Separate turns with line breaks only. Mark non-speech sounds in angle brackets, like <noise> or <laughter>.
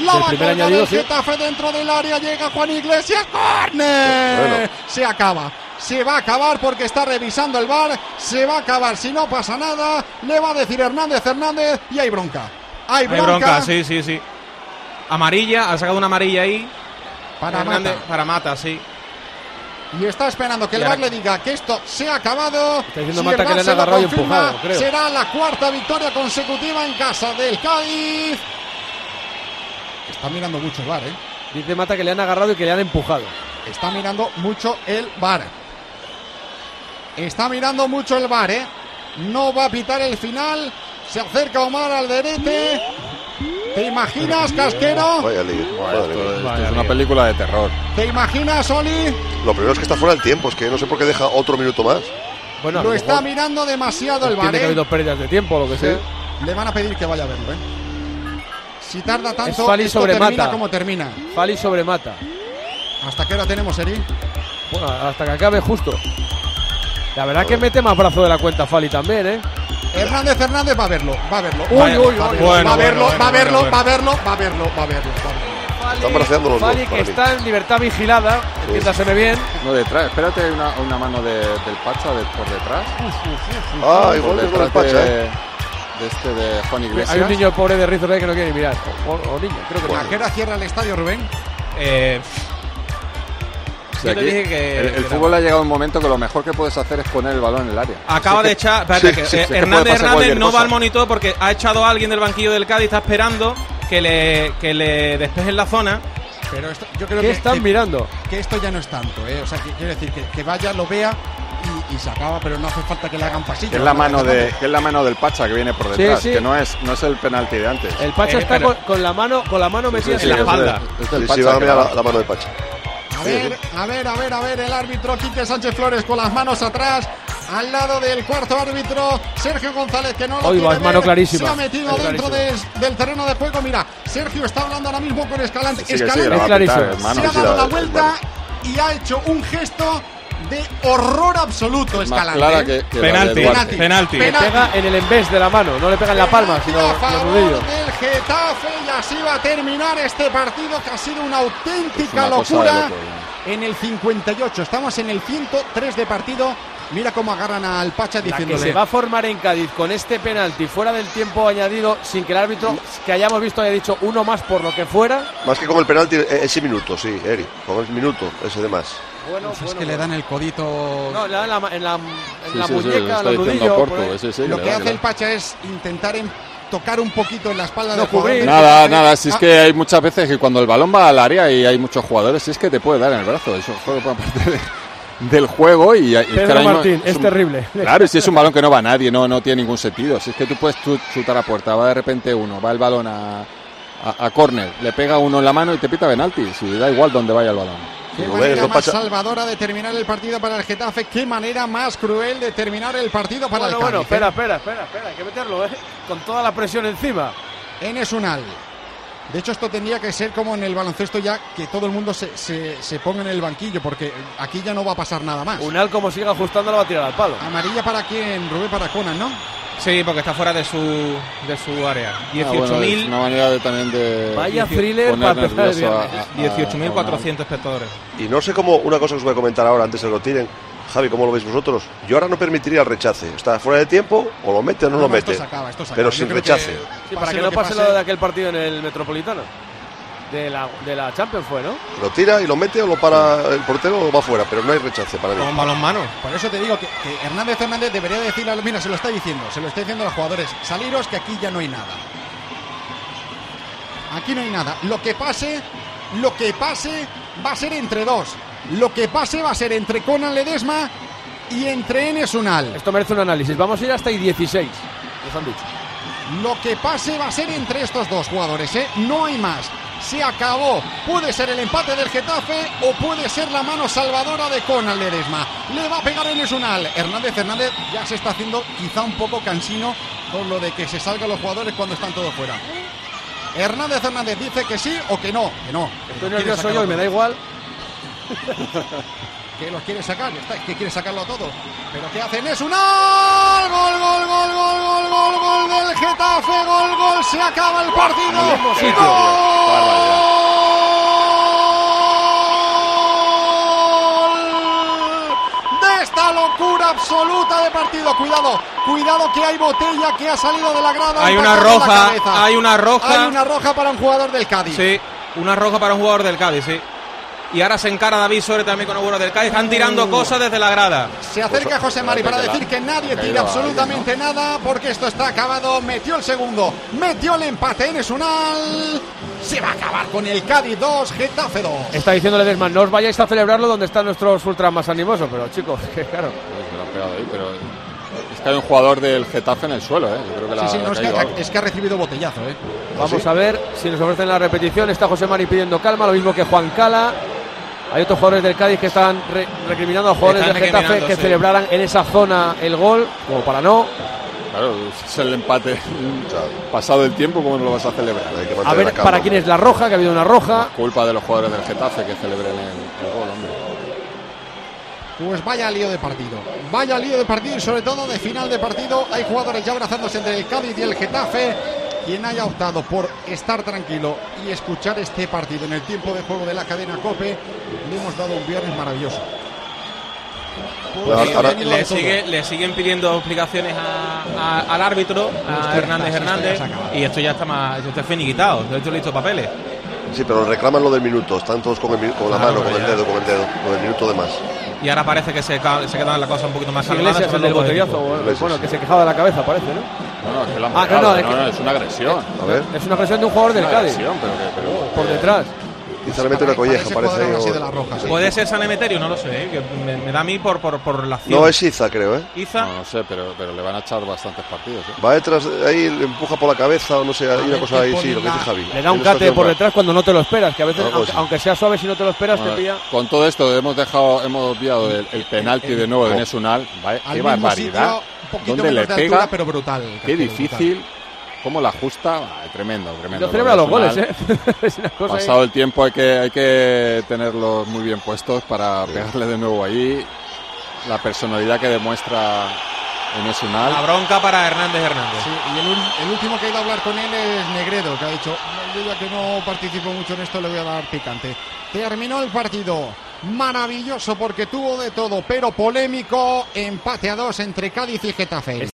La
El
va a
primer
colgar
añadido,
el
sí.
Getafe dentro del área. Llega Juan Iglesias. ¡Corner!
Bueno.
Se acaba. Se va a acabar porque está revisando el bar. Se va a acabar. Si no pasa nada, le va a decir Hernández Hernández y hay bronca. Hay
Hay
bronca.
bronca, sí, sí, sí. Amarilla, ha sacado una amarilla ahí.
Para
Hernández-
Mata.
Para Mata, sí.
Y está esperando que el
Y ahora-
VAR le diga que esto se ha acabado.
Está diciendo
el
Mata que
VAR
le han
se lo
agarrado y
confirma,
empujado, creo.
Será la cuarta victoria consecutiva en casa del Cádiz. Está mirando mucho el VAR, ¿eh?
Dice Mata que le han agarrado y que le han empujado.
Está mirando mucho el VAR. Está mirando mucho el VAR, ¿eh? No va a pitar el final. Se acerca Omar al derete. ¿Te imaginas, Casquero?
Vaya lío,
Buah,
madre
esto,
mía.
esto
Vaya
es una
mía.
película de terror.
¿Te imaginas, Oli?
Lo primero es que está fuera del tiempo, es que no sé por qué deja otro minuto más.
Bueno, a
Lo está
mejor
mirando demasiado el VAR,
entiende que ha
¿eh?
habido pérdidas de tiempo o lo que sea.
Le van a pedir que vaya a verlo, ¿eh? Si tarda
Es
tanto,
Fali
esto
sobre
termina
Mata.
como termina.
Fali sobre Mata.
¿Hasta qué hora tenemos, Eri?
Bueno, hasta que acabe justo. La verdad es que mete más brazo de la cuenta Fali también, ¿eh?
Hernández Hernández va a verlo, va a verlo.
Uy,
Va a
uy,
verlo,
uy.
Bueno,
Va a verlo, va
bueno,
a
bueno,
verlo,
bueno.
va a verlo, va a verlo, va a verlo, va a verlo.
Están braceando los
Fali
dos,
que
para mí.
está en libertad vigilada, entiéndaseme bien.
No, detrás. Espérate una, una mano de- del Pacha de- por detrás.
Ah, igual
Por
que con el
detrás
Pacha, ¿eh?
de, de este de Juan Iglesias.
Hay un niño pobre de Rizos ahí que no quiere ni mirar. O, o- o niño, creo que
¿A qué hora cierra el estadio, Rubén?
Eh,
Si
Yo te
aquí
dije que-
el, el
que
fútbol ha llegado un momento que lo mejor que puedes hacer es poner el balón en el área.
Ah,
acaba
Así
de
que-
echar. espérate,
Sí,
que,
sí,
eh,
es que puede
Hernández
pasar
Hernández
cualquier
no va
cosa.
al monitor porque ha echado a alguien del banquillo del Cádiz. Está esperando que le, que le despejen la zona.
Pero esto, yo creo
¿Qué
que,
están
que-
mirando?
que esto ya no es tanto, ¿eh? O sea, que, quiero decir que, que vaya, lo vea y, y se acaba, pero no hace falta que le hagan pasillo.
Que es la mano de que es la mano del Pacha que viene por
Sí,
detrás,
sí.
que no es no es el penalti de antes.
El Pacha
Eh,
está
pero-
con, con la mano, con la mano metida
sí,
en la
en el-
es del-
espalda.
es del
Sí, sí,
Pacha
va a
que
mirar
la-
la, la mano de Pacha.
A ver, a ver, a ver, a ver, el árbitro Quique Sánchez Flores con las manos atrás, al lado del cuarto árbitro Sergio González, que no lo
Hoy va,
quiere
es mano
ver,
clarísima.
Se ha metido
Es
dentro de- del terreno de juego. Mira, Sergio está hablando ahora mismo con Escalante.
Sí, que sí,
Escalante
la va a
clarísimo.
pitar, hermano.
se ha
sí,
dado
la-
la
es
vuelta y ha hecho un gesto de horror absoluto,
Es más
Escalante.
clara que, que la de
Penalti,
Duarte.
penalti.
¿eh? Penalti.
Pega en el embés de la mano, no le pega en la palma,
Penalti
sino
a
en los
favor
nudillos.
del Getafe y así va a terminar este partido que ha sido una
Es
auténtica
una cosa
locura.
de loco. ¿eh?
En el 58, estamos en el 103 de partido. Mira cómo agarran al Pacha
La que se
diciéndole.
va a formar en Cádiz con este penalti fuera del tiempo añadido, sin que el árbitro que hayamos visto haya dicho uno más por lo que fuera.
Más que con el penalti, eh, ese minuto, sí, Eri. Con el minuto, ese de más.
Bueno,
Pues es
bueno,
que le
bueno.
dan el codito.
No, le dan la ma- en la, en
Sí,
la
sí, sí, lo
muñeca, los
está diciendo
nudillos. por ahí.
Portu, sí, sí,
Lo
le
que
da,
hace
le
el
da.
Pacha es intentar en- tocar un poquito en la espalda
No,
del jugador.
cubrir.
del
Nada,
<laughs> Getafe.
nada, si es
Ah,
que hay muchas veces que cuando el balón va al área y hay muchos jugadores, si es que te puede dar en el brazo, eso forma parte de- del juego y, y es que ahora
Pedro
mismo
Martín, es
un-
terrible.
Claro, y si es un balón que no va a nadie, no, no tiene ningún sentido. Si es que tú puedes chu- chutar a puerta, va de repente uno, va el balón a, a, a córner, le pega uno en la mano y te pita penalti. Si da igual dónde vaya el balón.
Qué
Lo
manera
ves, lo
más
pasa-
salvadora de terminar el partido para el Getafe. Qué manera más cruel de terminar el partido para
Bueno,
el
bueno,
Cádiz. ¿eh?
espera, espera, espera, espera, hay que meterlo, ¿eh? Con toda la presión encima.
En Esunal. De hecho, esto tendría que ser como en el baloncesto ya, que todo el mundo se, se- se ponga en el banquillo, porque aquí ya no va a pasar nada más.
Unal, como siga ajustando, la va a tirar al palo.
Amarilla para quién, Rubén para Conan, ¿no?
Sí, porque está fuera de su, de su área.
Ah, bueno,
18.000
es una manera de, también de
Vaya
poner
thriller para empezar el
nervioso a-
viernes.
a- a-
18.400 espectadores.
Y no sé cómo, una cosa que os voy a comentar ahora antes de que lo tiren. Javi, ¿cómo lo veis vosotros? Yo ahora no permitiría el rechace. Está fuera de tiempo, o lo mete o no, lo
Esto
mete.
se acaba, esto se
pero
acaba. Yo
sin
creo
rechace.
Sí, para
pase
que
lo
no
que
pase
pase.
lo de aquel partido en el Metropolitano. De la, de la Champions fue, ¿no?
Lo tira y lo mete o lo para el portero o va fuera, pero no hay rechace para mí.
Con balonmano.
Por eso te digo que, que Hernández Hernández debería decir a los. Mira, se lo está diciendo, se lo está diciendo a los jugadores. Saliros que aquí ya no hay nada. Aquí no hay nada. Lo que pase, lo que pase va a ser entre dos. Lo que pase va a ser entre Conan Ledesma y entre Enes Unal.
Esto merece un análisis. Vamos a ir hasta ahí 16. Nos han dicho.
Lo que pase va a ser entre estos dos jugadores, ¿eh? No hay más. Se acabó. Puede ser el empate del Getafe o puede ser la mano salvadora de Conan Ledesma. Le va a pegar en Esunal. Hernández Hernández ya se está haciendo quizá un poco cansino con lo de que se salgan los jugadores cuando están todos fuera. Hernández Hernández dice que sí o que no. Que no. Que
Estoy
los quiere
nervioso
sacar
yo
a
y me da
todos.
igual.
Que los quiere sacar. ya está, es Que quiere sacarlo a todos. Pero ¿qué hacen? Esunal. Gol, gol, gol, gol, gol, gol, gol del Getafe. Gol, gol. Se acaba el partido.
Qué
¡Gol!
barbaridad.
absoluta de partido. Cuidado, cuidado que hay botella que ha salido de la grada.
Hay
y
una
pasado la
roja,
cabeza.
hay una roja.
Hay una roja para un jugador del Cádiz.
Sí, una roja para un jugador del Cádiz, sí. Y ahora se encara David Suárez también con un jugador del Cádiz. Están tirando cosas desde la grada.
Se acerca
Pues,
José Mari para
la-
decir que nadie
caído
tira
alguien,
absolutamente nada porque esto está acabado. Metió el segundo, metió el empate en Esunal. Se va a acabar con el Cádiz 2, Getafe 2.
Está diciendo Ledesma, no os vayáis a celebrarlo donde están nuestros ultras más animosos, pero chicos, <laughs> que claro.
Pues me lo han pegado ahí, pero es que hay un jugador del Getafe en el suelo, ¿eh? Yo creo que la
Sí, sí,
la
no,
ha
es, que,
caído algo.
es que ha recibido botellazo, ¿eh?
Vamos a ver si nos ofrecen la repetición. Está José Mari pidiendo calma, lo mismo que Juan Cala. Hay otros jugadores del Cádiz que están re- recriminando a jugadores
Están
del Getafe
recriminando,
que
sí.
celebraran en esa zona el gol, como para no.
Claro, es el empate
Claro.
pasado el tiempo, ¿cómo no lo vas a celebrar?
Hay que
A
mantener la
ver
calma.
para quién es la roja, que ha habido una roja.
Culpa de los jugadores del Getafe que celebren el, el gol, hombre.
Pues vaya lío de partido. Vaya lío de partido y sobre todo de final de partido. Hay jugadores ya abrazándose entre el Cádiz y el Getafe. Quien haya optado por estar tranquilo y escuchar este partido en el tiempo de juego de la cadena Cope, le hemos dado un viernes maravilloso.
Pues
Porque
Ahora-
ha
ahora-
tenido de
Le,
todo.
sigue- le siguen pidiendo explicaciones a- a- al árbitro, a
ya
Hernández
está, esto ya
Hernández.
se ha acabado.
Y esto ya está más. Esto está finiquitado. Esto he listo papeles.
Sí, pero reclaman lo del minuto. Están todos con, el mi- con la
Claro,
mano,
pero
con el
ya.
dedo, con el dedo. Con el minuto de más.
Y ahora parece que se, ca- se quedan las cosas un poquito más calmadas.
Iglesias,
sobre
el del
los dos
botellazo,
equipos.
o-
Iglesias,
bueno,
sí.
que se quejaba de la cabeza, parece, ¿no?
No, no, es que lo han
Ah, no,
pegado,
no, es que-
es una agresión.
A ver.
Es una presión de un jugador del
Una
Cádiz,
agresión, pero que- pero-
por detrás.
Quizá le mete una
Para- para
colleja,
ese
parece.
cuadro habrá
o-
sido la roja, sí.
Puede ser San Emeterio, no lo sé. eh, que me, me da a mí por, por, por la acción.
No es Iza, creo, ¿eh?
Ah.
Iza.
No, no sé, pero, pero le van a echar bastantes partidos. ¿eh?
Va detrás, de- ahí le empuja por la cabeza o no sé, hay
ver,
una cosa
que
ahí, sí,
ponen
lo que dice
la-
Javi.
Este Le da un
Tiene
cate
situación
por
rara.
detrás cuando no te lo esperas, que a veces,
No, pues
aunque,
sí.
aunque sea suave, si no te lo esperas,
Bueno,
te pilla.
con todo esto hemos dejado, hemos obviado el, el penalti de nuevo de Nesunal. Vaya,
Oh. Al
qué
mismo
barbaridad.
sitio, un poquito
¿Dónde
menos
le
de
pega?
altura, pero brutal.
qué
pero brutal.
difícil. Cómo la ajusta. Ah, tremendo, tremendo.
No celebra los
de Nesunal.
goles, ¿eh? <laughs> es una cosa. ahí.
Pasado el tiempo hay que, hay que tenerlos muy bien puestos para pegarle de nuevo ahí. La personalidad que demuestra en
La
Nesunal.
bronca para Hernández Hernández.
Sí, y el, ul- el último que ha ido a hablar con él es Negredo, que ha dicho, "No, yo ya que no participo mucho en esto le voy a dar picante. Terminó el partido, maravilloso porque tuvo de todo, pero polémico, empate a dos entre Cádiz y Getafe.